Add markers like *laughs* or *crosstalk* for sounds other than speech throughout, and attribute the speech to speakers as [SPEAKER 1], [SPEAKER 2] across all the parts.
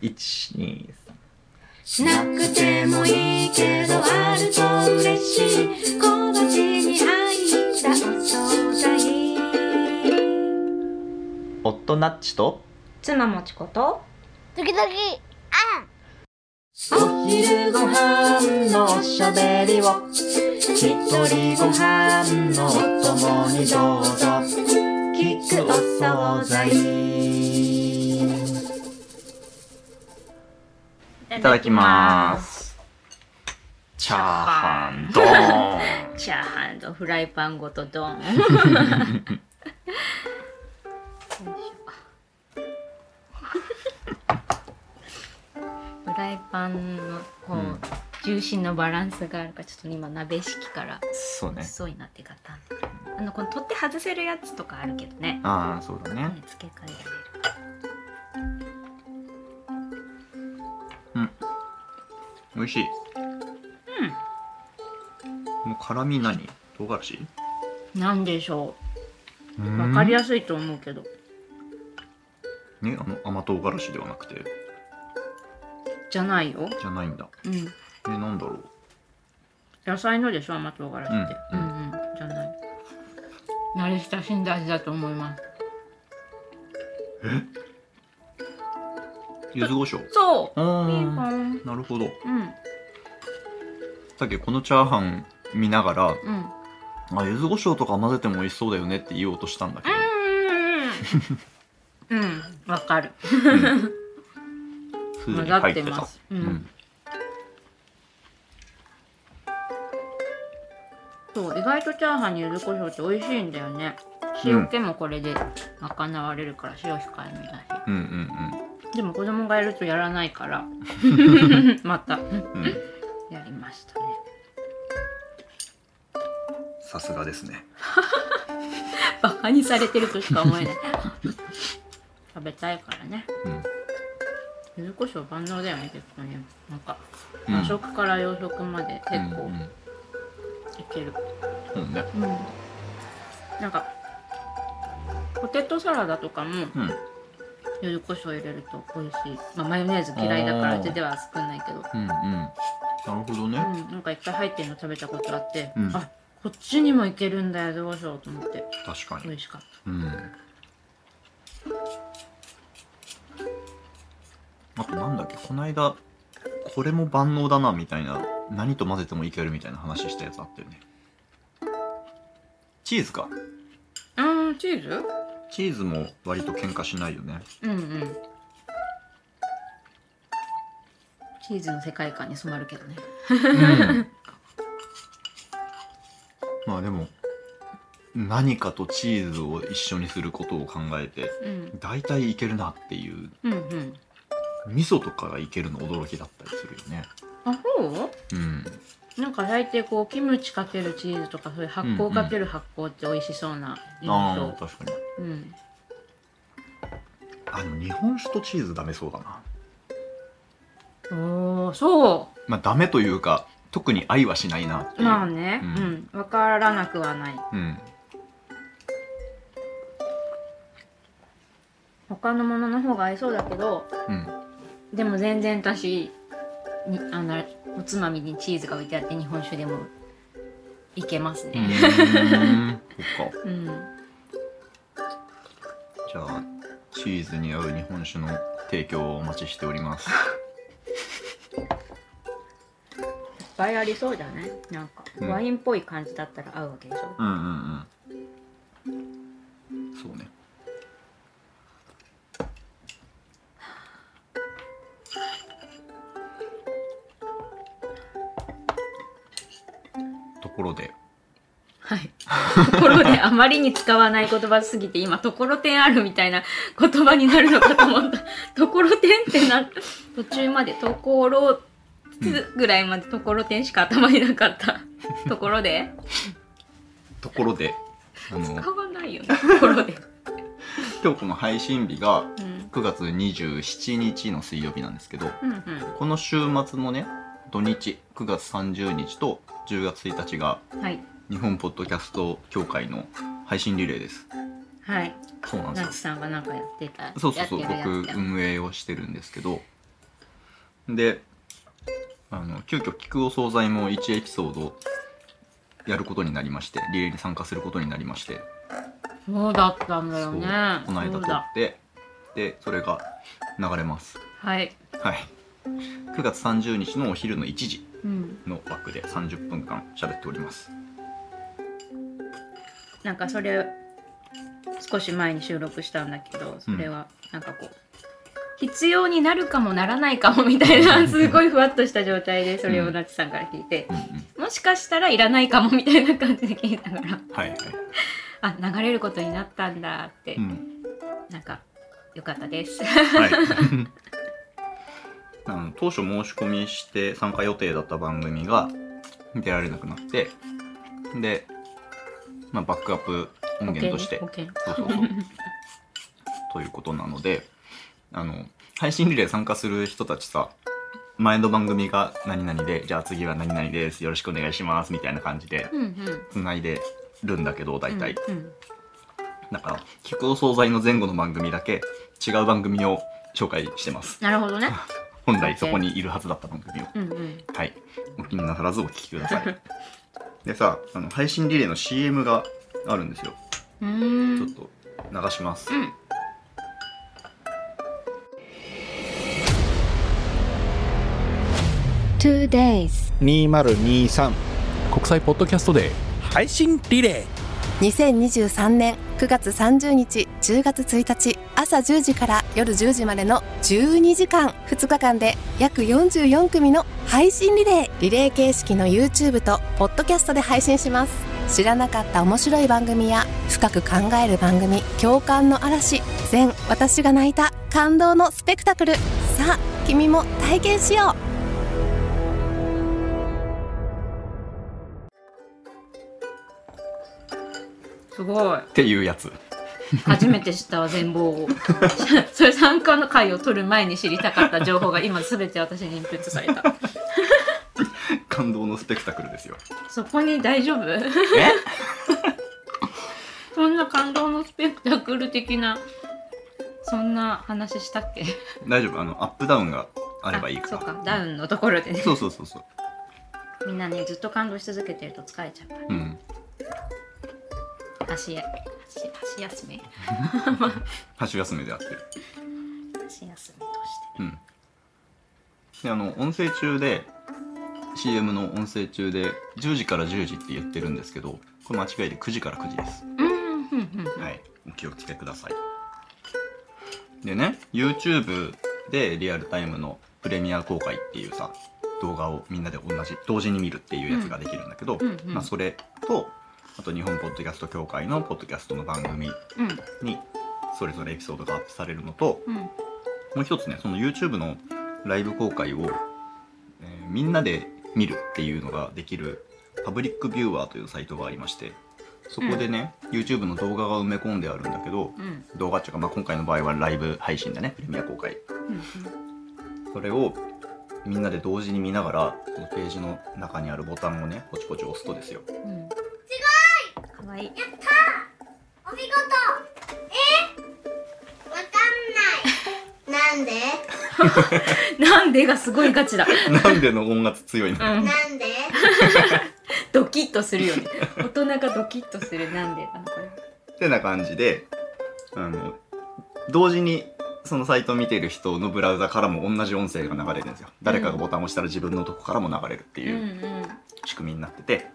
[SPEAKER 1] 1、2、
[SPEAKER 2] しなくてもいいけどあると嬉しい小鉢に入ったお惣菜
[SPEAKER 1] 3。夫ナッチと
[SPEAKER 2] 妻もちこと
[SPEAKER 3] 時々あん
[SPEAKER 2] お昼ご飯のおしゃべりを一人ご飯のお供にどうぞ聞くお惣菜い
[SPEAKER 1] いただきます。チャーハン、ドーン。
[SPEAKER 2] チャーハンとフライパンごと *laughs* ドンフライパンのこう、
[SPEAKER 1] うん
[SPEAKER 2] 重心のバランスがあるからちょっと今鍋敷から
[SPEAKER 1] そうね。
[SPEAKER 2] 遅いなって方あのこの取って外せるやつとかあるけどね
[SPEAKER 1] ああ、そうだ
[SPEAKER 2] ね
[SPEAKER 1] ね。
[SPEAKER 2] 付け替えられる
[SPEAKER 1] 美味しい。うん。もう辛味何唐辛子
[SPEAKER 2] なんでしょうわかりやすいと思うけど
[SPEAKER 1] すい。ね、あの、甘唐辛子ではなくて、
[SPEAKER 2] じゃないよ
[SPEAKER 1] じゃないんだ。
[SPEAKER 2] うん
[SPEAKER 1] え、なんだろう。
[SPEAKER 2] 野菜のでしょ甘唐辛子って、
[SPEAKER 1] う
[SPEAKER 2] うんん、うんじゃない慣れ親しんだ味だと思います
[SPEAKER 1] 柚子胡椒。
[SPEAKER 2] そううピンポ
[SPEAKER 1] ーん。
[SPEAKER 2] ン
[SPEAKER 1] なるほど。
[SPEAKER 2] うん
[SPEAKER 1] さっきこのチャーハン見ながら、
[SPEAKER 2] うん
[SPEAKER 1] あ、柚子胡椒とか混ぜても美味しそうだよねって言おうとしたんだけど。
[SPEAKER 2] *laughs* うんうんわかる
[SPEAKER 1] すで
[SPEAKER 2] 混
[SPEAKER 1] に
[SPEAKER 2] ざ
[SPEAKER 1] 入
[SPEAKER 2] っ
[SPEAKER 1] って
[SPEAKER 2] て
[SPEAKER 1] た
[SPEAKER 2] ま。すう、
[SPEAKER 1] うんん。
[SPEAKER 2] そう意外とチャーハンにゆず胡椒って美味しいんだよね塩気もこれで賄われるから塩控えめだ
[SPEAKER 1] うんうん
[SPEAKER 2] しでも子供がいるとやらないから *laughs* また
[SPEAKER 1] うん。うん。
[SPEAKER 2] やりましたね
[SPEAKER 1] さすがですね。
[SPEAKER 2] バカにされてるとしか思えない食べたいからね
[SPEAKER 1] うん。
[SPEAKER 2] 柚子胡椒万能だよね結構ねなんか
[SPEAKER 1] うん
[SPEAKER 2] 和食から洋食まで結構
[SPEAKER 1] うん
[SPEAKER 2] いける、
[SPEAKER 1] うんうんね
[SPEAKER 2] うんなんかポテトサラダとかも
[SPEAKER 1] うん
[SPEAKER 2] 柚子胡椒入れると美味しい、まあ、マヨネーズ嫌いだから
[SPEAKER 1] あー
[SPEAKER 2] うちでは作んないけど、
[SPEAKER 1] うんうんなるほどね
[SPEAKER 2] うん、なんか一回入ってるの食べたことあって、
[SPEAKER 1] うん
[SPEAKER 2] あこっちにもいけるんだよ柚子胡椒と思って
[SPEAKER 1] 確か
[SPEAKER 2] 美
[SPEAKER 1] に
[SPEAKER 2] 味しかった
[SPEAKER 1] うんあとなんだっけこの間これも万能だなみたいな何と混ぜてもいけるみたいな話したやつあったよねチーズか
[SPEAKER 2] うんチーズ
[SPEAKER 1] チーズも割と喧嘩しないよね
[SPEAKER 2] うんうんチーズの世界観に染まるけどね
[SPEAKER 1] うんまあでも何かとチーズを一緒にすることを考えて
[SPEAKER 2] うん
[SPEAKER 1] 大体いけるなっていう
[SPEAKER 2] うんうん
[SPEAKER 1] 味噌とかがいけるの驚きだったりするよね
[SPEAKER 2] あそう
[SPEAKER 1] うん
[SPEAKER 2] なんか大体こうキムチかけるチーズとかそういう発酵かける発酵って美味しそうな印
[SPEAKER 1] あ
[SPEAKER 2] 象
[SPEAKER 1] あ、確かに
[SPEAKER 2] うん、
[SPEAKER 1] あでも日本酒とチーズダメそうだな
[SPEAKER 2] おーそ
[SPEAKER 1] まあダメというか特に愛はしないなって
[SPEAKER 2] う
[SPEAKER 1] いう、
[SPEAKER 2] まあね
[SPEAKER 1] う
[SPEAKER 2] うんん、わからなくはない
[SPEAKER 1] うん
[SPEAKER 2] 他のものの方が合いそうだけど
[SPEAKER 1] うん
[SPEAKER 2] でも全然私にあのおつまみにチーズが置いてあって日本酒でもいけます
[SPEAKER 1] う
[SPEAKER 2] ね
[SPEAKER 1] ーん *laughs* そっか
[SPEAKER 2] うん、
[SPEAKER 1] じゃあチーズに合う日本酒の提供をお待ちしております
[SPEAKER 2] いっぱいありそうじゃないなんか
[SPEAKER 1] うん
[SPEAKER 2] ワインっぽい感じだったら合うわけでしょ、
[SPEAKER 1] *laughs* うんうんうんそうねところで
[SPEAKER 2] はい。 *laughs* ところで、あまりに使わない言葉すぎて、今、ところてんあるみたいな言葉になるのかと思った。 *laughs* ところてんってな、途中まで、ところつぐらいまでところてんしか頭にな
[SPEAKER 1] *laughs*
[SPEAKER 2] かった。ところで、
[SPEAKER 1] ところであ *laughs* の
[SPEAKER 2] 使わないよね、ところ
[SPEAKER 1] *laughs*
[SPEAKER 2] で。
[SPEAKER 1] 今日この配信日が
[SPEAKER 2] うん。
[SPEAKER 1] 9月27日の水曜日なんですけど
[SPEAKER 2] うんうん
[SPEAKER 1] この週末のね土日9月30日と10月1日が。
[SPEAKER 2] はい。
[SPEAKER 1] 日本ポッドキャスト協会の配信リレーです
[SPEAKER 2] はい。
[SPEAKER 1] そうなんです
[SPEAKER 2] な
[SPEAKER 1] よ
[SPEAKER 2] つさんがなんかやってた。
[SPEAKER 1] そうそうそう
[SPEAKER 2] やってるやつ
[SPEAKER 1] 僕
[SPEAKER 2] だよ
[SPEAKER 1] 運営をしてるんですけどであの急遽聞くお惣菜も1エピソードやることになりましてリレーに参加することになりまして
[SPEAKER 2] そうだったんだ
[SPEAKER 1] そ
[SPEAKER 2] よ
[SPEAKER 1] う
[SPEAKER 2] ね
[SPEAKER 1] この間
[SPEAKER 2] そう
[SPEAKER 1] 撮
[SPEAKER 2] だ
[SPEAKER 1] ってでそれが流れます
[SPEAKER 2] はい
[SPEAKER 1] はい9月30日のお昼の1時
[SPEAKER 2] うん
[SPEAKER 1] の枠で30分間喋っております
[SPEAKER 2] なんかそれ少し前に収録したんだけどそれはなんかこう、必要になるかもならないかもみたいなすごいふわっとした状態でそれをなちさんから聞いて、
[SPEAKER 1] うんうん
[SPEAKER 2] もしかしたらいらないかもみたいな感じで聞いたから
[SPEAKER 1] はいはい
[SPEAKER 2] あ流れることになったんだって、
[SPEAKER 1] うん
[SPEAKER 2] なんかよかったです。
[SPEAKER 1] はい *laughs* あの当初申し込みして参加予定だった番組が出られなくなってで、まあ、バックアップ音源として
[SPEAKER 2] 保険
[SPEAKER 1] そうそう *laughs* そうということなのであの配信リレー参加する人たちさ前の番組が何々でじゃあ次は何々ですよろしくお願いしますみたいな感じで
[SPEAKER 2] うんうん。
[SPEAKER 1] つないでるんだけど大体、
[SPEAKER 2] うんうん
[SPEAKER 1] だから聞くお惣菜の前後の番組だけ違う番組を紹介してます
[SPEAKER 2] なるほどね。
[SPEAKER 1] 本来そこにいるはずだった番組を
[SPEAKER 2] うんうん。
[SPEAKER 1] はいお気になさらずお聞きくださいでさあの配信リレーの CM があるんですよ
[SPEAKER 2] う
[SPEAKER 1] ちょ
[SPEAKER 2] ー
[SPEAKER 1] っ
[SPEAKER 2] ん。
[SPEAKER 1] と流します
[SPEAKER 2] うん。
[SPEAKER 4] Two days.
[SPEAKER 5] 2023
[SPEAKER 6] 国際ポッドキャストデー
[SPEAKER 5] 配信リレ
[SPEAKER 7] 2023年9月30日10月1日朝10時から夜10時までの12時間2日間で約44組の配信リレーリレー形式の YouTube とポッドキャストで配信します知らなかった面白い番組や深く考える番組共感の嵐全私が泣いた感動のスペクタクルさあ君も体験しよう
[SPEAKER 2] すごい。
[SPEAKER 1] っていうやつ
[SPEAKER 2] 初めて知ったわ全貌を。 *laughs* それ参加の会を取る前に知りたかった情報が今すべて私にインプットされた。
[SPEAKER 1] 感動のスペクタクル
[SPEAKER 2] *laughs*
[SPEAKER 1] ですよ。
[SPEAKER 2] そこに大丈夫？ *laughs*
[SPEAKER 1] え
[SPEAKER 2] そんな感動のスペクタクル的なそんな話したっけ？
[SPEAKER 1] 大丈夫あのアップダウンがあ
[SPEAKER 2] あ
[SPEAKER 1] ればいいか
[SPEAKER 2] そう
[SPEAKER 1] ら。
[SPEAKER 2] か。ダウンのところでね。
[SPEAKER 1] そうそうそうそう。
[SPEAKER 2] みんなねずっと感動し続けてると疲れちゃうから。
[SPEAKER 1] うん。
[SPEAKER 2] 足や足足休め
[SPEAKER 1] 箸休めであってる。
[SPEAKER 2] 足休めとして。
[SPEAKER 1] うん。であの音声中で CM の音声中で10時から10時って言ってるんですけど、これ間違いで9時から9時です。
[SPEAKER 2] うんうんうんうん。
[SPEAKER 1] はい。お気をつけください。でね、YouTube でリアルタイムのプレミア公開っていうさ、動画をみんなで同じ同時に見るっていうやつができるんだけど、
[SPEAKER 2] うんうん
[SPEAKER 1] まあ、それとあと日本ポッドキャスト協会のポッドキャストの番組
[SPEAKER 2] うん
[SPEAKER 1] にそれぞれエピソードがアップされるのと
[SPEAKER 2] うん
[SPEAKER 1] もう一つねその YouTube のライブ公開を、えーみんなで見るっていうのができるパブリックビューワーというサイトがありましてそこでね、YouTube の動画が埋め込んであるんだけど
[SPEAKER 2] うん
[SPEAKER 1] 動画っていうか、まあ、今回の場合はライブ配信だねプレミア公開
[SPEAKER 2] うん
[SPEAKER 1] それをみんなで同時に見ながらこのページの中にあるボタンをねポチポチ押すとですよ *laughs*
[SPEAKER 2] うん。すごい。かわいい。
[SPEAKER 3] お見事えわかん *laughs* ないなんで
[SPEAKER 2] なんでがすごいガチだ。
[SPEAKER 1] なんでの音圧強いの、
[SPEAKER 2] うん。
[SPEAKER 3] なんで
[SPEAKER 2] ドキッとするよね。 *laughs* 大人がドキッとするなんでなのこれ。
[SPEAKER 1] ってな感じであの同時にそのサイトを見てる人のブラウザからも同じ音声が流れるんですよ誰かがボタンを押したら自分のとこからも流れるって
[SPEAKER 2] うん
[SPEAKER 1] いう仕組みになってて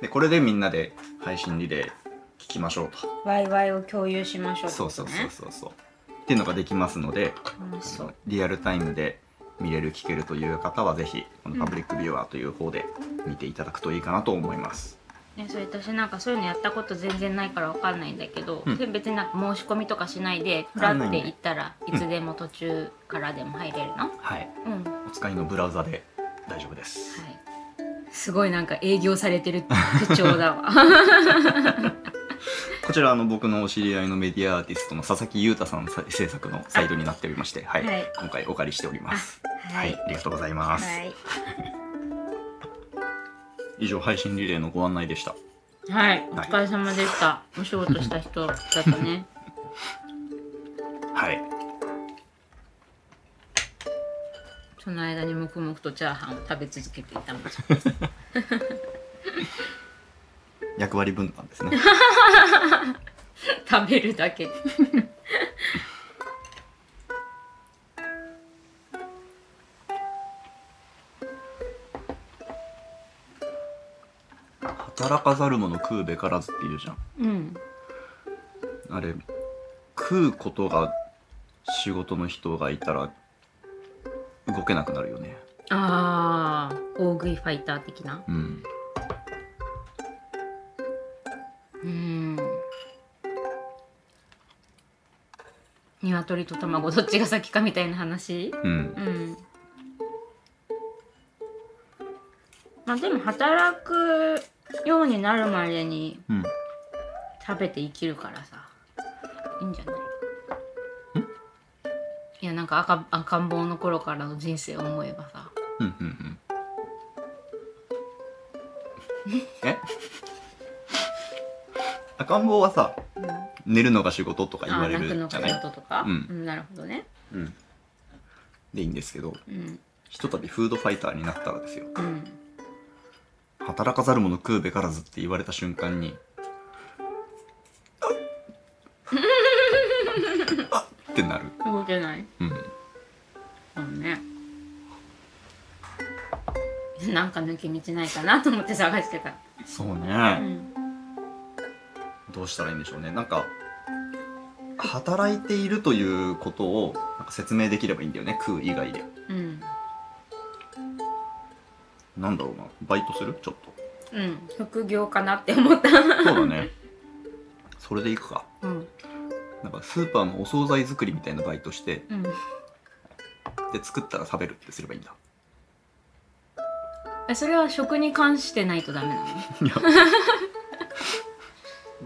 [SPEAKER 1] でこれでみんなで配信リレー聞きましょう
[SPEAKER 2] うん。ワイワイを共有しましょ
[SPEAKER 1] と
[SPEAKER 2] う。
[SPEAKER 1] そうそうそう。そうそうっていうのができますので
[SPEAKER 2] 楽し
[SPEAKER 1] あ
[SPEAKER 2] そ
[SPEAKER 1] の
[SPEAKER 2] う。
[SPEAKER 1] リアルタイムで見れる聞けるという方はぜひこのパブリックビューワーという方で見ていただくといいかなと思います、
[SPEAKER 2] ね、それ私なんかそういうのやったこと全然ないからわかんないんだけど、
[SPEAKER 1] うん
[SPEAKER 2] で別になんか申し込みとかしないでふらって行ったらいつでも途中からでも入れるの？
[SPEAKER 1] はい
[SPEAKER 2] うん。は
[SPEAKER 1] お使いのブラウザで大丈夫です
[SPEAKER 2] い。すごいなんか営業されてる口調だ
[SPEAKER 1] *laughs*
[SPEAKER 2] わ。
[SPEAKER 1] こちらあの僕のお知り合いのメディアアーティストの佐々木裕太さんさ制作のサイトになっておりまして、はい
[SPEAKER 2] はい
[SPEAKER 1] 今回お借りしております。
[SPEAKER 2] は
[SPEAKER 1] はいい、ありがとうございます。
[SPEAKER 2] はい。
[SPEAKER 1] 以上配信リレーのご案内でした。
[SPEAKER 2] はい、お疲れ様でした。お仕事した人だったね。
[SPEAKER 1] はい。
[SPEAKER 2] その間に黙々とチャーハンを食べ続けていたのです
[SPEAKER 1] 役割分担 *laughs* ですね
[SPEAKER 2] 食べるだけ
[SPEAKER 1] 働かざる者食うべからずって言うじゃん
[SPEAKER 2] うん
[SPEAKER 1] あれ食うことが仕事の人がいたら動けなくなるよね
[SPEAKER 2] ああ大食いファイター的な
[SPEAKER 1] うん
[SPEAKER 2] うん鶏と卵どっちが先かみたいな話
[SPEAKER 1] うん
[SPEAKER 2] うんまあでも働くようになるまでに
[SPEAKER 1] うん
[SPEAKER 2] 食べて生きるからさいいんじゃないいやなんか赤赤ん坊の頃からの人生を思えばさ
[SPEAKER 1] うんうんうんえ *laughs* 赤ん坊はさ、寝るのが仕事とか言
[SPEAKER 2] あ
[SPEAKER 1] わ
[SPEAKER 2] ー
[SPEAKER 1] れ
[SPEAKER 2] 泣く
[SPEAKER 1] る
[SPEAKER 2] の
[SPEAKER 1] じ
[SPEAKER 2] か
[SPEAKER 1] ゃない
[SPEAKER 2] こととか、
[SPEAKER 1] うん
[SPEAKER 2] うんなるほどね
[SPEAKER 1] うんでいいんですけど
[SPEAKER 2] うん
[SPEAKER 1] ひとたびフードファイターになったらですよ
[SPEAKER 2] うん
[SPEAKER 1] 働かざる者食うべからずって言われた瞬間に *laughs* あっあっってなる
[SPEAKER 2] 動けない
[SPEAKER 1] うん
[SPEAKER 2] そうね *laughs* なんか抜け道ないかなと思って探してた、
[SPEAKER 1] そう
[SPEAKER 2] う
[SPEAKER 1] ね、
[SPEAKER 2] ん、
[SPEAKER 1] どうしたらいいんでしょうねなんか働いているということをなんか説明できればいいんだよね食う以外で
[SPEAKER 2] うん
[SPEAKER 1] なんだろうなバイトするちょっ
[SPEAKER 2] うん、副業かなって思った。
[SPEAKER 1] とそうだね *laughs* それでいくか
[SPEAKER 2] *laughs* うん、
[SPEAKER 1] なんかスーパーのお惣菜作りみたいなバイトして
[SPEAKER 2] うん、
[SPEAKER 1] で作ったら食べるってすればいいんだ
[SPEAKER 2] えそれは食に関してないとダメない
[SPEAKER 1] や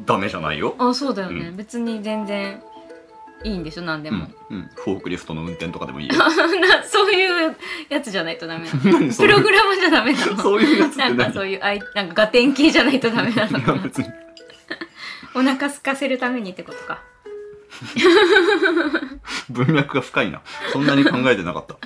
[SPEAKER 1] ダメじゃないよ
[SPEAKER 2] の。あ、そうだよね。
[SPEAKER 1] う
[SPEAKER 2] 別に全然いいんでしょ、なんで
[SPEAKER 1] う
[SPEAKER 2] も
[SPEAKER 1] ん。、うん、フォークリフトの運転とかでもいいよ
[SPEAKER 2] なそういうやつじゃないとダメなの。
[SPEAKER 1] 何 *laughs* そ
[SPEAKER 2] *laughs*
[SPEAKER 1] う
[SPEAKER 2] プ
[SPEAKER 1] い
[SPEAKER 2] ロ
[SPEAKER 1] う
[SPEAKER 2] グラムじゃダメな
[SPEAKER 1] *laughs*
[SPEAKER 2] の。
[SPEAKER 1] そういうやつって
[SPEAKER 2] な
[SPEAKER 1] 何
[SPEAKER 2] んかそういうあいなんかガテン系じゃないとダメな
[SPEAKER 1] *laughs*
[SPEAKER 2] の
[SPEAKER 1] いや別に
[SPEAKER 2] お腹空かせるためにってことか
[SPEAKER 1] 文脈が深いなそんなに考えてなかった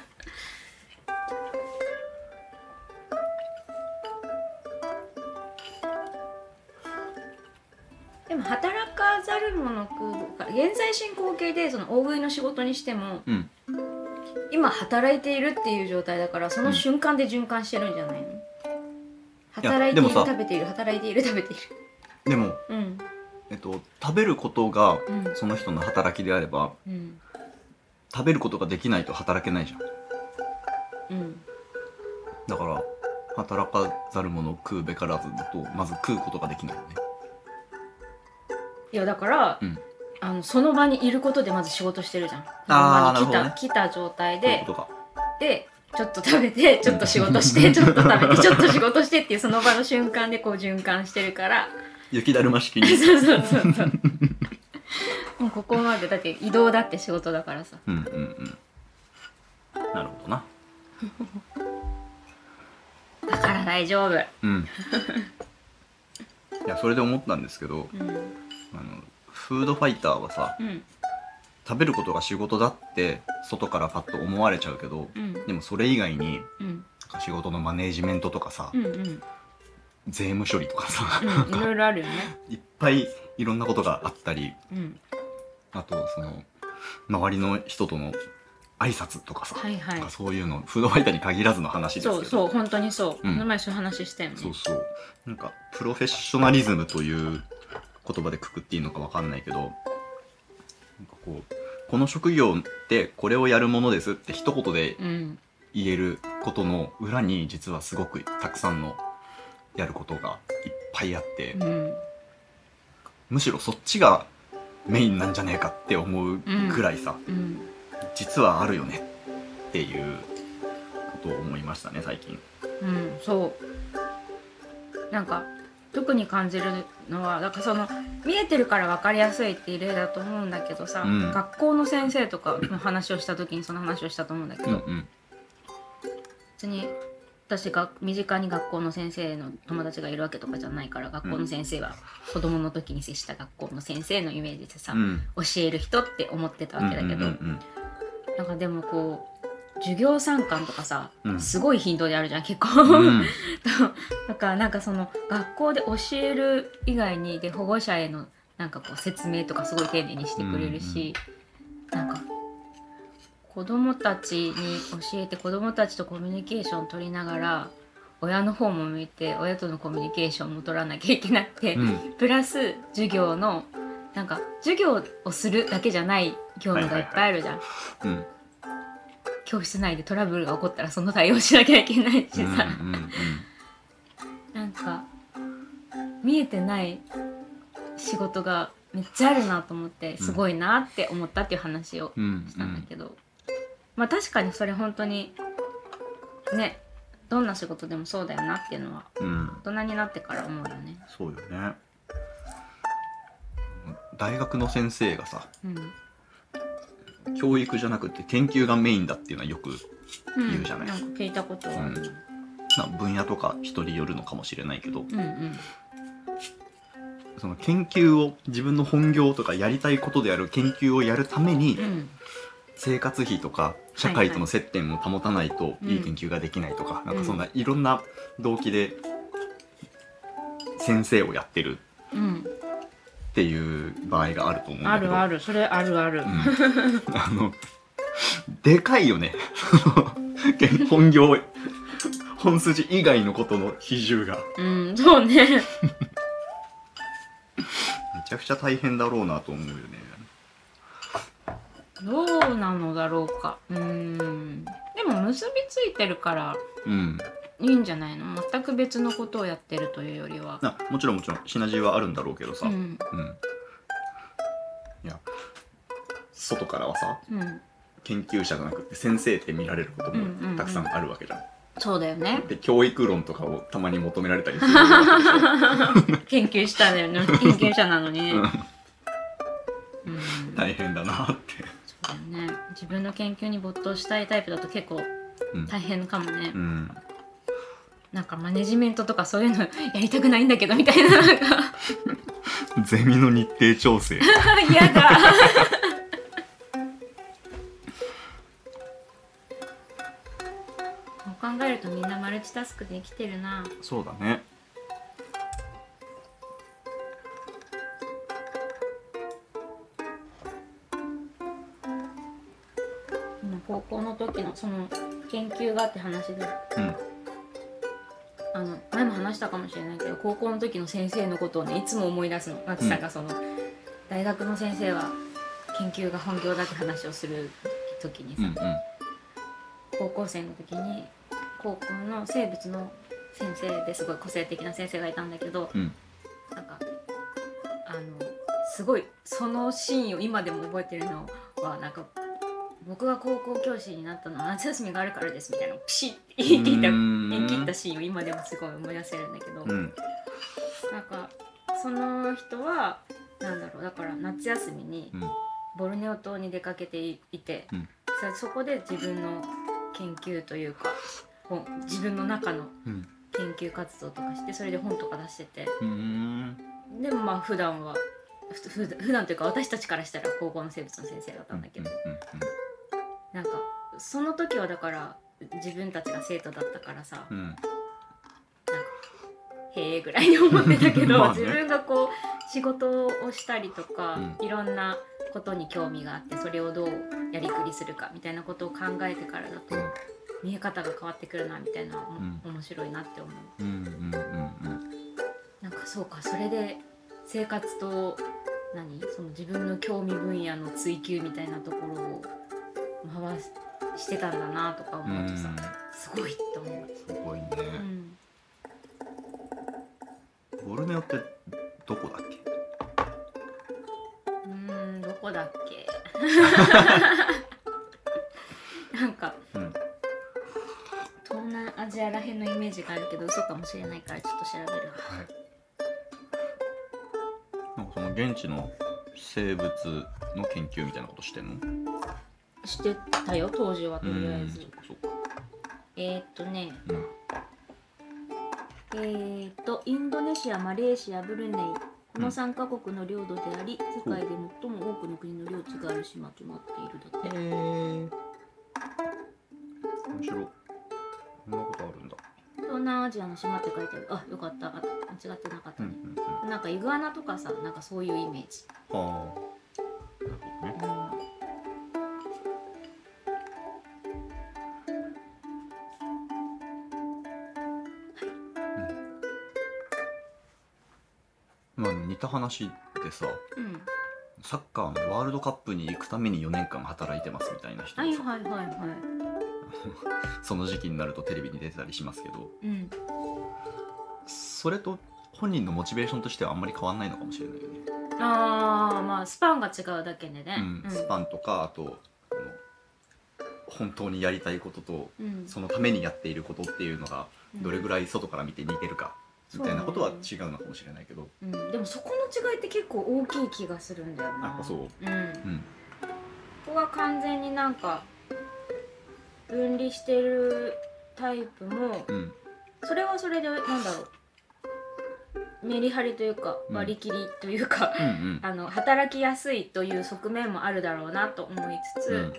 [SPEAKER 2] でも働かざる者食うか現在進行形でその大食いの仕事にしても
[SPEAKER 1] うん
[SPEAKER 2] 今働いているっていう状態だからその瞬間で循環してるんじゃないの、働いて
[SPEAKER 1] で
[SPEAKER 2] い
[SPEAKER 1] も
[SPEAKER 2] る
[SPEAKER 1] さ
[SPEAKER 2] 食べている働いている食べている
[SPEAKER 1] でも
[SPEAKER 2] うん
[SPEAKER 1] えっと食べることが
[SPEAKER 2] うん
[SPEAKER 1] その人の働きであれば
[SPEAKER 2] うん
[SPEAKER 1] 食べることができないと働けないじゃん
[SPEAKER 2] うん
[SPEAKER 1] だから働かざる者食うべからずだとまず食うことができないよね
[SPEAKER 2] いやだから、
[SPEAKER 1] うん
[SPEAKER 2] あのその場にいることでまず仕事してるじゃん
[SPEAKER 1] あー
[SPEAKER 2] その場
[SPEAKER 1] なる
[SPEAKER 2] に
[SPEAKER 1] ほ
[SPEAKER 2] 来た,、来た状態
[SPEAKER 1] そういう
[SPEAKER 2] で
[SPEAKER 1] ことか
[SPEAKER 2] でちょっと食べてちょっと仕
[SPEAKER 1] *laughs*
[SPEAKER 2] 事してちょっと食べてちょっと仕事してっていうその場の瞬間でこう循環してるから
[SPEAKER 1] 雪だるま式
[SPEAKER 2] そう *laughs*
[SPEAKER 1] に
[SPEAKER 2] そうそうそうもうここまでだって移動だって仕事だからさ
[SPEAKER 1] うんうんうんなるほどな
[SPEAKER 2] だから大丈夫
[SPEAKER 1] うんいやそれで思ったんですけど
[SPEAKER 2] うん
[SPEAKER 1] あのフードファイターはさ
[SPEAKER 2] うん
[SPEAKER 1] 食べることが仕事だって外からパッと思われちゃうけど
[SPEAKER 2] うん
[SPEAKER 1] でもそれ以外に
[SPEAKER 2] うん
[SPEAKER 1] なんか仕事のマネージメントとかさ、
[SPEAKER 2] うんうん
[SPEAKER 1] 税務処理とかさ、
[SPEAKER 2] うんいろいろあるよね
[SPEAKER 1] *laughs* いっぱいいろんなことがあったり
[SPEAKER 2] うん
[SPEAKER 1] あとその周りの人との挨拶とかさ、
[SPEAKER 2] はいはい
[SPEAKER 1] なんかそういうのフードファイターに限らずの話ですけ
[SPEAKER 2] そ
[SPEAKER 1] ど
[SPEAKER 2] うそう本当にそう、
[SPEAKER 1] うん
[SPEAKER 2] この前そういう話したよね
[SPEAKER 1] そうそうなんかプロフェッショナリズムという言葉でくくっていいのかわかんないけどなんかこうこの職業ってこれをやるものですって一言で
[SPEAKER 2] うん
[SPEAKER 1] 言えることの裏に実はすごくたくさんのやることがいっぱいあって、
[SPEAKER 2] うん
[SPEAKER 1] むしろそっちがメインなんじゃねえかって思うくらいさ、
[SPEAKER 2] うん
[SPEAKER 1] 実はあるよねっていうことを思いましたね最近。
[SPEAKER 2] うん、そうなんか特に感じるのはだからその見えてるから分かりやすいっていう例だと思うんだけどさ、
[SPEAKER 1] うん
[SPEAKER 2] 学校の先生とかの話をした時にその話をしたと思うんだけ
[SPEAKER 1] う
[SPEAKER 2] ど、
[SPEAKER 1] んうん
[SPEAKER 2] 別に私が身近に学校の先生の友達がいるわけとかじゃないから学校の先生は子供の時に接した学校の先生のイメージでさ、
[SPEAKER 1] うん
[SPEAKER 2] 教える人って思ってたわけだけど、
[SPEAKER 1] うんうんうんうん
[SPEAKER 2] なんかでもこう授業参観とかさ、
[SPEAKER 1] うん
[SPEAKER 2] すごい頻度であるじゃん結構、
[SPEAKER 1] うん、
[SPEAKER 2] *laughs* だからなんかその学校で教える以外にで保護者へのなんかこう説明とかすごい丁寧にしてくれるし、なんか子供たちに教えて子供たちとコミュニケーション取りながら親の方も向いて親とのコミュニケーションも取らなきゃいけなくて、
[SPEAKER 1] うん、
[SPEAKER 2] プラス授業のなんか授業をするだけじゃない業務がいっぱいあるじゃん、
[SPEAKER 1] うん、
[SPEAKER 2] 教室内でトラブルが起こったらその対応しなきゃいけないしさ、
[SPEAKER 1] うんうん
[SPEAKER 2] なんか見えてない仕事がめっちゃあるなと思ってすごいなって思ったっていう話を
[SPEAKER 1] うんうん
[SPEAKER 2] したんだけど、まあ確かにそれ本当にねどんな仕事でもそうだよなっていうのは
[SPEAKER 1] うん、
[SPEAKER 2] 大人になってから思うよね。
[SPEAKER 1] そうよね大学の先生がさ
[SPEAKER 2] うん、
[SPEAKER 1] 教育じゃなくて研究がメインだっていうのはよく、言うじゃない
[SPEAKER 2] なんか聞いたこと
[SPEAKER 1] う
[SPEAKER 2] はあ
[SPEAKER 1] ん
[SPEAKER 2] る、
[SPEAKER 1] な分野とか人によるのかもしれないけど
[SPEAKER 2] うんうん
[SPEAKER 1] その研究を自分の本業とかやりたいことである研究をやるために
[SPEAKER 2] うん
[SPEAKER 1] 生活費とか社会との接点を保たないと
[SPEAKER 2] うん
[SPEAKER 1] いい研究ができないとか、なん
[SPEAKER 2] う
[SPEAKER 1] か
[SPEAKER 2] ん
[SPEAKER 1] そんないろんな動機で先生をやってる
[SPEAKER 2] うん
[SPEAKER 1] っていう場合があると思うん
[SPEAKER 2] あ
[SPEAKER 1] だけど
[SPEAKER 2] るあるそれあるあ
[SPEAKER 1] う
[SPEAKER 2] る、
[SPEAKER 1] んあのでかいよね *laughs* 本業本筋以外のことの比重が
[SPEAKER 2] うん、そうね
[SPEAKER 1] めちゃくちゃ大変だろうなと思うよね
[SPEAKER 2] どうなのだろうかうんでも結びついてるから
[SPEAKER 1] うん
[SPEAKER 2] いいんじゃないの全く別のことをやってるというよりは
[SPEAKER 1] なもちろんもちろんシナジーはあるんだろうけどさ、
[SPEAKER 2] う
[SPEAKER 1] うん
[SPEAKER 2] ん
[SPEAKER 1] いや外からはさ
[SPEAKER 2] うん
[SPEAKER 1] 研究者じゃなくて先生って見られること
[SPEAKER 2] うんうんうん
[SPEAKER 1] もたくさんあるわけじゃん,、
[SPEAKER 2] そうだよね
[SPEAKER 1] で教育論とかをたまに求められたりす
[SPEAKER 2] *laughs*
[SPEAKER 1] るわけでしょ
[SPEAKER 2] 研究したんだよね研究者なのにね
[SPEAKER 1] うん
[SPEAKER 2] うん
[SPEAKER 1] 大変だなって
[SPEAKER 2] そうだよね自分の研究に没頭したいタイプだと結構
[SPEAKER 1] うん
[SPEAKER 2] 大変かもね、
[SPEAKER 1] うん
[SPEAKER 2] なんかマネジメントとかそういうのやりたくないんだけどみたいななんか
[SPEAKER 1] *laughs* ゼミの日程調整
[SPEAKER 2] 嫌だ *laughs* そう考えるとみんなマルチタスクで生きてるな
[SPEAKER 1] そうだね
[SPEAKER 2] うん高校の時のその研究がって話で
[SPEAKER 1] うん
[SPEAKER 2] あの前も話したかもしれないけど高校の時の先生のことをねいつも思い出すの夏さんがその、大学の先生は研究が本業だって話をする時にさ、
[SPEAKER 1] うんうん
[SPEAKER 2] 高校生の時に高校の生物の先生ですごい個性的な先生がいたんだけど
[SPEAKER 1] うん
[SPEAKER 2] なんかあのすごいそのシーンを今でも覚えてるのはなんか僕が高校教師になったのは夏休みがあるからですみたいなのをピシッて言い切った
[SPEAKER 1] うーん
[SPEAKER 2] 言い切ったシーンを今でもすごい思い出せるんだけど、
[SPEAKER 1] うん
[SPEAKER 2] なんかその人はなんだろうだから夏休みに
[SPEAKER 1] うん
[SPEAKER 2] ボルネオ島に出かけていて、
[SPEAKER 1] うん
[SPEAKER 2] そそこで自分の研究というか本自分の中の
[SPEAKER 1] うん
[SPEAKER 2] 研究活動とかしてそれで本とか出してて
[SPEAKER 1] うん
[SPEAKER 2] でもまあ普段はふつ普段普段というか私たちからしたら高校の生物の先生だったんだけど、なんかその時はだから自分たちが生徒だったからさ
[SPEAKER 1] う、ん
[SPEAKER 2] へえぐらいに思ってたけ
[SPEAKER 1] *laughs*
[SPEAKER 2] ど、
[SPEAKER 1] まあね
[SPEAKER 2] 自分がこう仕事をしたりとか、
[SPEAKER 1] う
[SPEAKER 2] いろんなことに興味があってそれをどうやりくりするかみたいなことを考えてからだと、
[SPEAKER 1] うん
[SPEAKER 2] 見え方が変わってくるなみたいなのも、
[SPEAKER 1] うん
[SPEAKER 2] 面白いなって思う
[SPEAKER 1] うんうんうんうん
[SPEAKER 2] なんかそうかそれで生活と何その自分の興味分野の追求みたいなところを回ししてたんだなとか思うとさ、すごいと思う、
[SPEAKER 1] すごいね
[SPEAKER 2] うん、
[SPEAKER 1] ボルネオってどこだっけ
[SPEAKER 2] うーんどこだっけ *laughs* なんか
[SPEAKER 1] うん
[SPEAKER 2] 東南アジアらへんのイメージがあるけど嘘かもしれないからちょっと調べる
[SPEAKER 1] はい
[SPEAKER 2] わ
[SPEAKER 1] なんかその現地の生物の研究みたいなことしてんの
[SPEAKER 2] してたよ当時はとりあえず、
[SPEAKER 1] そっかそっか
[SPEAKER 2] えー、っとね
[SPEAKER 1] うん
[SPEAKER 2] えー、っとインドネシアマレーシアブルネイこの3カ国の領土であり、世界で最も多くの国の領地がある島となっているだって、
[SPEAKER 1] 面白いこんなことあるんだ
[SPEAKER 2] 東南アジアの島って書いてあるあよかったあ間違ってなかっ
[SPEAKER 1] う
[SPEAKER 2] た
[SPEAKER 1] んう
[SPEAKER 2] ね、
[SPEAKER 1] んうんあ
[SPEAKER 2] なんかイグアナとかさなんかそういうイメージ、
[SPEAKER 1] あなるほどね
[SPEAKER 2] うん
[SPEAKER 1] まあ似た話でさ
[SPEAKER 2] うん、
[SPEAKER 1] サッカーのワールドカップに行くために4年間働いてますみたいな人
[SPEAKER 2] は
[SPEAKER 1] も
[SPEAKER 2] い
[SPEAKER 1] さ
[SPEAKER 2] はいはいは
[SPEAKER 1] その時期になるとテレビに出てたりしますけど
[SPEAKER 2] いうん
[SPEAKER 1] それと本人のモチベーションとしてはあんまり変わんないのかもしれないよね、
[SPEAKER 2] あーまあスパンが違うだけでね
[SPEAKER 1] うんスパンとかあとあの本当にやりたいことと
[SPEAKER 2] うん
[SPEAKER 1] そのためにやっていることっていうのがどれぐらい外から見て似てるかみたいなことは違うのかもしれないけど
[SPEAKER 2] うん、でもそこの違いって結構大きい気がするんだよな
[SPEAKER 1] やっぱそう
[SPEAKER 2] うん
[SPEAKER 1] うん
[SPEAKER 2] ここが完全になんか分離してるタイプも
[SPEAKER 1] うん
[SPEAKER 2] それはそれでなんだろうメリハリというか
[SPEAKER 1] うん
[SPEAKER 2] 割り切りというか、 *laughs*
[SPEAKER 1] うんうん
[SPEAKER 2] あの働きやすいという側面もあるだろうなと思いつ
[SPEAKER 1] う
[SPEAKER 2] つ
[SPEAKER 1] ん、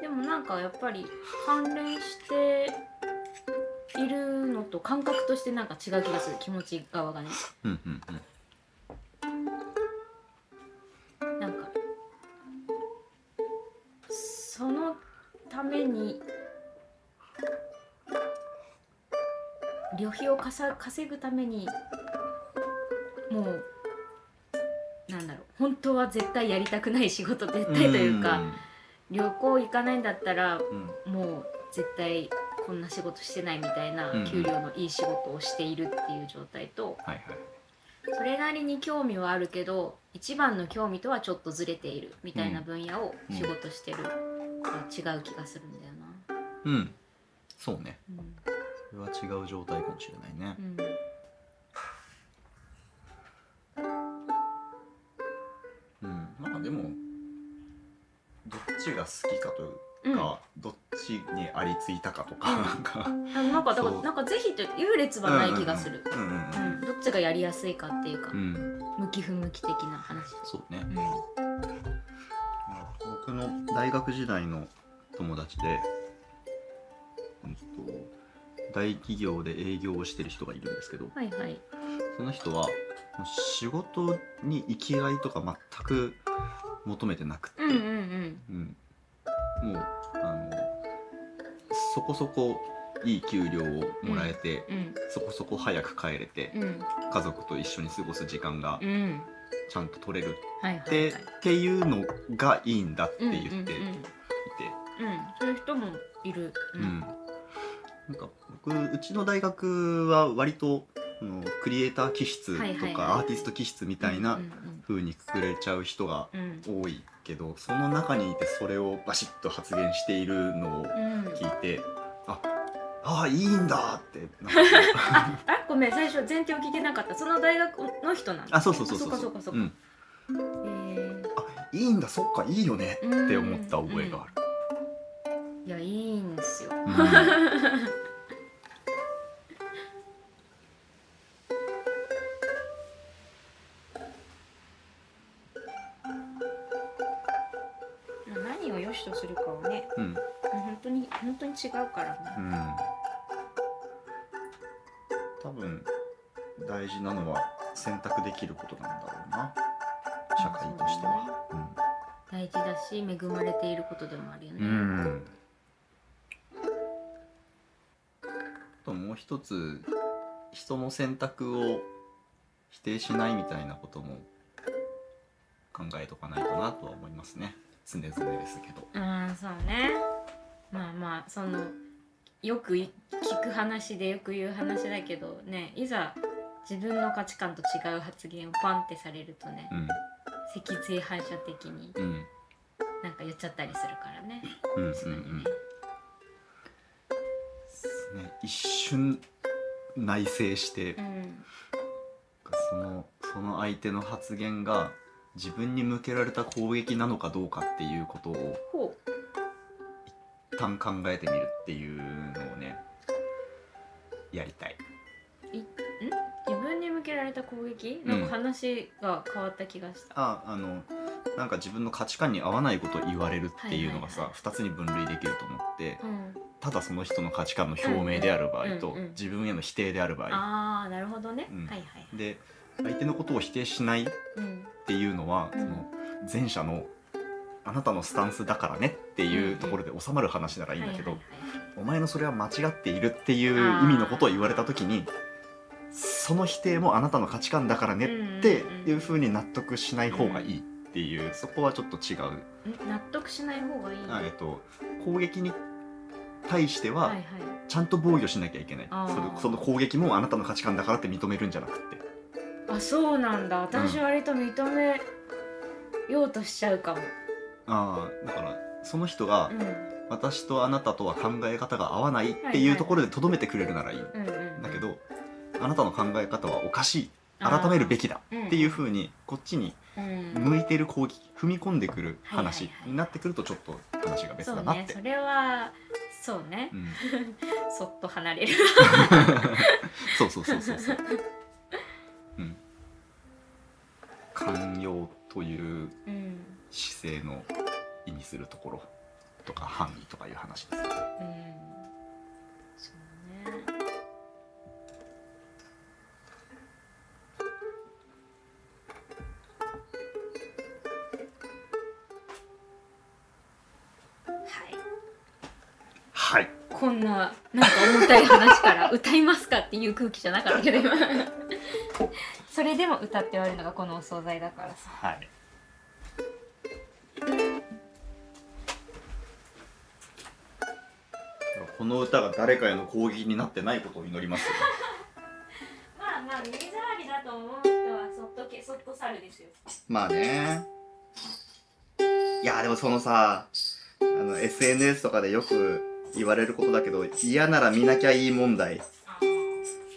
[SPEAKER 2] でもなんかやっぱり関連しているのと感覚としてなんか違う気がする気持ち側がね
[SPEAKER 1] うんうんうん
[SPEAKER 2] なんかそのために旅費をかさ稼ぐためにもうなんだろう本当は絶対やりたくない仕事絶 *laughs* 対というか、旅行行かないんだったら
[SPEAKER 1] うんうん
[SPEAKER 2] もう絶対こんな仕事してないみたいな
[SPEAKER 1] うん
[SPEAKER 2] 給料のいい仕事をしているっていう状態と、
[SPEAKER 1] はいはい
[SPEAKER 2] それなりに興味はあるけど一番の興味とはちょっとずれているみたいな
[SPEAKER 1] うん
[SPEAKER 2] 分野を仕事してる、が違う気がするんだよな。
[SPEAKER 1] うんそうね
[SPEAKER 2] うん
[SPEAKER 1] それは違う状態かもしれないね
[SPEAKER 2] うん
[SPEAKER 1] うんまあでもどっちが好きかという
[SPEAKER 2] うん
[SPEAKER 1] か、どっちにありついたかとか、
[SPEAKER 2] うん
[SPEAKER 1] なんか
[SPEAKER 2] あのなんかだから
[SPEAKER 1] そう
[SPEAKER 2] なんかぜひって優劣 *laughs* はない気がする、
[SPEAKER 1] うんうん
[SPEAKER 2] うんどっちがやりやすいかっていうか、
[SPEAKER 1] うん、うんうん、
[SPEAKER 2] 向き不向き的な話
[SPEAKER 1] そうね
[SPEAKER 2] うん
[SPEAKER 1] 僕の大学時代の友達で、うんと、大企業で営業をしてる人がいるんですけど
[SPEAKER 2] はいはい
[SPEAKER 1] その人はもう仕事に生きがいとか全く求めてなくって、
[SPEAKER 2] うんうんうん
[SPEAKER 1] うん、もうあのそこそこいい給料をもらえて、
[SPEAKER 2] うん
[SPEAKER 1] そこそこ早く帰れて、
[SPEAKER 2] うん
[SPEAKER 1] 家族と一緒に過ごす時間が
[SPEAKER 2] うん
[SPEAKER 1] ちゃんと取れる
[SPEAKER 2] はい
[SPEAKER 1] っ
[SPEAKER 2] は
[SPEAKER 1] て,、
[SPEAKER 2] いはい
[SPEAKER 1] っていうのがいいんだって
[SPEAKER 2] うん
[SPEAKER 1] 言っていて、
[SPEAKER 2] うんうんう
[SPEAKER 1] う
[SPEAKER 2] ん、そういう人もいる、うん
[SPEAKER 1] なんか僕うちの大学は割とあのクリエイター気質とか、
[SPEAKER 2] はいはいはい
[SPEAKER 1] アーティスト気質みたいな
[SPEAKER 2] うんうん
[SPEAKER 1] 風にくくれちゃう人が
[SPEAKER 2] うん
[SPEAKER 1] 多いけどその中にいてそれをバシッと発言しているのを
[SPEAKER 2] うんうん
[SPEAKER 1] 聞いて、ああいいんだってなんか
[SPEAKER 2] *laughs*
[SPEAKER 1] こう
[SPEAKER 2] あ、あごめん、最初前提を聞いてなかった。その大学の人なんだ。
[SPEAKER 1] あそうそうそうそう
[SPEAKER 2] そうかそうかそう
[SPEAKER 1] う
[SPEAKER 2] か。
[SPEAKER 1] ん、あいいんだそっかいいよね
[SPEAKER 2] えー
[SPEAKER 1] って思った覚えがある、
[SPEAKER 2] うんいや、いいんですよ。
[SPEAKER 1] うん
[SPEAKER 2] 何を良しとするかはね、
[SPEAKER 1] うん
[SPEAKER 2] 本当に本当に違うから
[SPEAKER 1] う
[SPEAKER 2] ね。
[SPEAKER 1] ん多分大事なのは選択できることなんだろうな社会としては
[SPEAKER 2] 大事だし、恵まれていることでもあるよ
[SPEAKER 1] う
[SPEAKER 2] ね。
[SPEAKER 1] ん、うんあともう一つ人の選択を否定しないみたいなことも考えとかないとなとは思いますね常々ですけど
[SPEAKER 2] うん、そうね。まあまあ、そのよくい聞く話でよく言う話だけどね、いざ自分の価値観と違う発言をパンってされるとね、
[SPEAKER 1] うん
[SPEAKER 2] 脊椎反射的に
[SPEAKER 1] うん
[SPEAKER 2] なんか言っちゃったりするからね。
[SPEAKER 1] うんうん
[SPEAKER 2] そううだ
[SPEAKER 1] ん
[SPEAKER 2] ね
[SPEAKER 1] ね一瞬内省して
[SPEAKER 2] うん
[SPEAKER 1] そのその相手の発言が自分に向けられた攻撃なのかどうかっていうことを
[SPEAKER 2] ほ
[SPEAKER 1] 一旦考えてみるっていうのをねやりたい。
[SPEAKER 2] う自分に向けられた攻撃
[SPEAKER 1] う
[SPEAKER 2] なんんか話が変わった気がした、
[SPEAKER 1] ああのなんか自分の価値観に合わないことを言われるっていうのが
[SPEAKER 2] は
[SPEAKER 1] さ
[SPEAKER 2] いはいはい
[SPEAKER 1] 2つに分類できると思って
[SPEAKER 2] うん、
[SPEAKER 1] ただその人の価値観の表明である場合
[SPEAKER 2] う
[SPEAKER 1] と
[SPEAKER 2] んうんうん
[SPEAKER 1] 自分への否定である場合
[SPEAKER 2] ああなるほどね、
[SPEAKER 1] うん
[SPEAKER 2] はいはい、
[SPEAKER 1] で相手のことを否定しないっ
[SPEAKER 2] うん、
[SPEAKER 1] ていうのは
[SPEAKER 2] うん
[SPEAKER 1] その前者のあなたのスタンスだからねっていうところで収まる話ならいいんだけど
[SPEAKER 2] はいはいはい
[SPEAKER 1] お前のそれは間違っているっていう意味のことを言われた時にその否定もあなたの価値観だからねっていう風に納得しない方がいいっていうそこはちょっと違う、
[SPEAKER 2] ん納得しない方がいい、
[SPEAKER 1] あえっと、攻撃に対して
[SPEAKER 2] は
[SPEAKER 1] はい
[SPEAKER 2] はい
[SPEAKER 1] ちゃんと防御しなきゃいけない、
[SPEAKER 2] あー
[SPEAKER 1] そのその攻撃もあなたの価値観だからって認めるんじゃなくて
[SPEAKER 2] あそうなんだ私割と認めようとしちゃうかも、
[SPEAKER 1] ああだからその人が
[SPEAKER 2] うん、うん
[SPEAKER 1] 私とあなたとは考え方が合わないっていうところでとどめてくれるならいい、
[SPEAKER 2] うんうん
[SPEAKER 1] だけどあなたの考え方はおかしい改めるべきだっていう風にこっちに
[SPEAKER 2] うん、
[SPEAKER 1] 向いてる攻撃踏み込んでくる話
[SPEAKER 2] はいはいはい
[SPEAKER 1] になってくるとちょっと話が別
[SPEAKER 2] そ
[SPEAKER 1] だ
[SPEAKER 2] う
[SPEAKER 1] なっ
[SPEAKER 2] ね
[SPEAKER 1] て
[SPEAKER 2] そ。れはそうね、 *laughs*
[SPEAKER 1] うん
[SPEAKER 2] そっと離れる
[SPEAKER 1] そうそうそうそうそう。うん。寛容という
[SPEAKER 2] うん
[SPEAKER 1] 姿勢の意味するところとか範囲とかいう話です。
[SPEAKER 2] うんそうねはい
[SPEAKER 1] はい。
[SPEAKER 2] こんななんか重たい話から歌いますかっていう空気じゃなかったけど今それでも歌って終わるのがこのお惣菜だからさ
[SPEAKER 1] はい。この歌が誰かへの攻撃になってないことを祈りますよ。
[SPEAKER 2] まあまあ耳障りだと思う人はそっとけそっと去るですよ
[SPEAKER 1] まあね。いや、でもそのさ、あの、SNS とかでよく言われることだけど、嫌なら見なきゃいい問題。
[SPEAKER 2] あー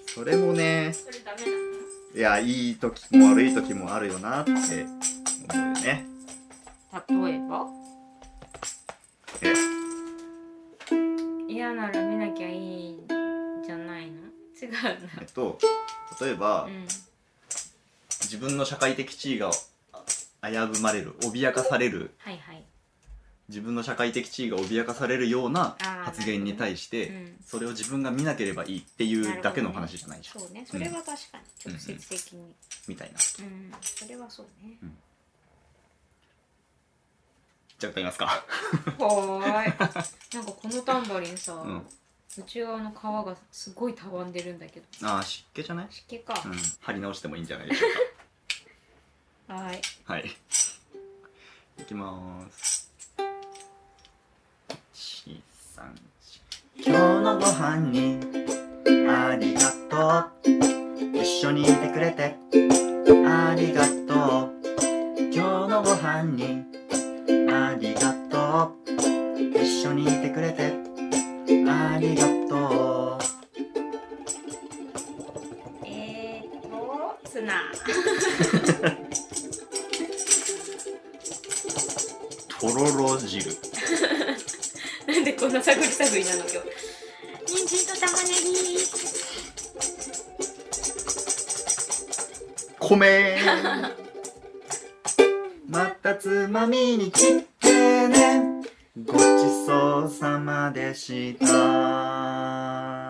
[SPEAKER 1] それもね、
[SPEAKER 2] それダメなの
[SPEAKER 1] いや、いい時も悪い時もあるよなって思うよね。
[SPEAKER 2] 例えば
[SPEAKER 1] え
[SPEAKER 2] 嫌なら見なきゃいいんじゃないの違う
[SPEAKER 1] えっと、例えば
[SPEAKER 2] な、うん
[SPEAKER 1] 自分の社会的地位が危ぶまれる、脅かされる、
[SPEAKER 2] はいはい
[SPEAKER 1] 自分の社会的地位が脅かされるような
[SPEAKER 2] あー
[SPEAKER 1] 発言に対し
[SPEAKER 2] う
[SPEAKER 1] て、
[SPEAKER 2] ん
[SPEAKER 1] それを自分が見なければいいっていうだけの話じゃないじゃん、
[SPEAKER 2] そうねそれは確かに
[SPEAKER 1] うん
[SPEAKER 2] 直接的に
[SPEAKER 1] みたいな。
[SPEAKER 2] うん、それはそうね
[SPEAKER 1] じゃあ歌いますか。
[SPEAKER 2] はーい *laughs* なんかこのタンバリンさ、
[SPEAKER 1] うん。
[SPEAKER 2] 内側の皮がすごいたわんでるんだけど
[SPEAKER 1] ああ、湿気じゃない
[SPEAKER 2] 湿気か、
[SPEAKER 1] うん、貼り直してもいいんじゃないでしょう
[SPEAKER 2] はーい
[SPEAKER 1] か。はい。いきまーす。一三四今日のご飯にありがとう。一緒にいてくれてありがとう。今日のご飯にありがとう。一緒にいてくれてありがとう。
[SPEAKER 2] えーとツナ *laughs*
[SPEAKER 1] とろろ汁。
[SPEAKER 2] なんでこんなサグリサグリなの今日人参と玉ねぎ
[SPEAKER 1] 米またつまみに切ってねごちそうさまでした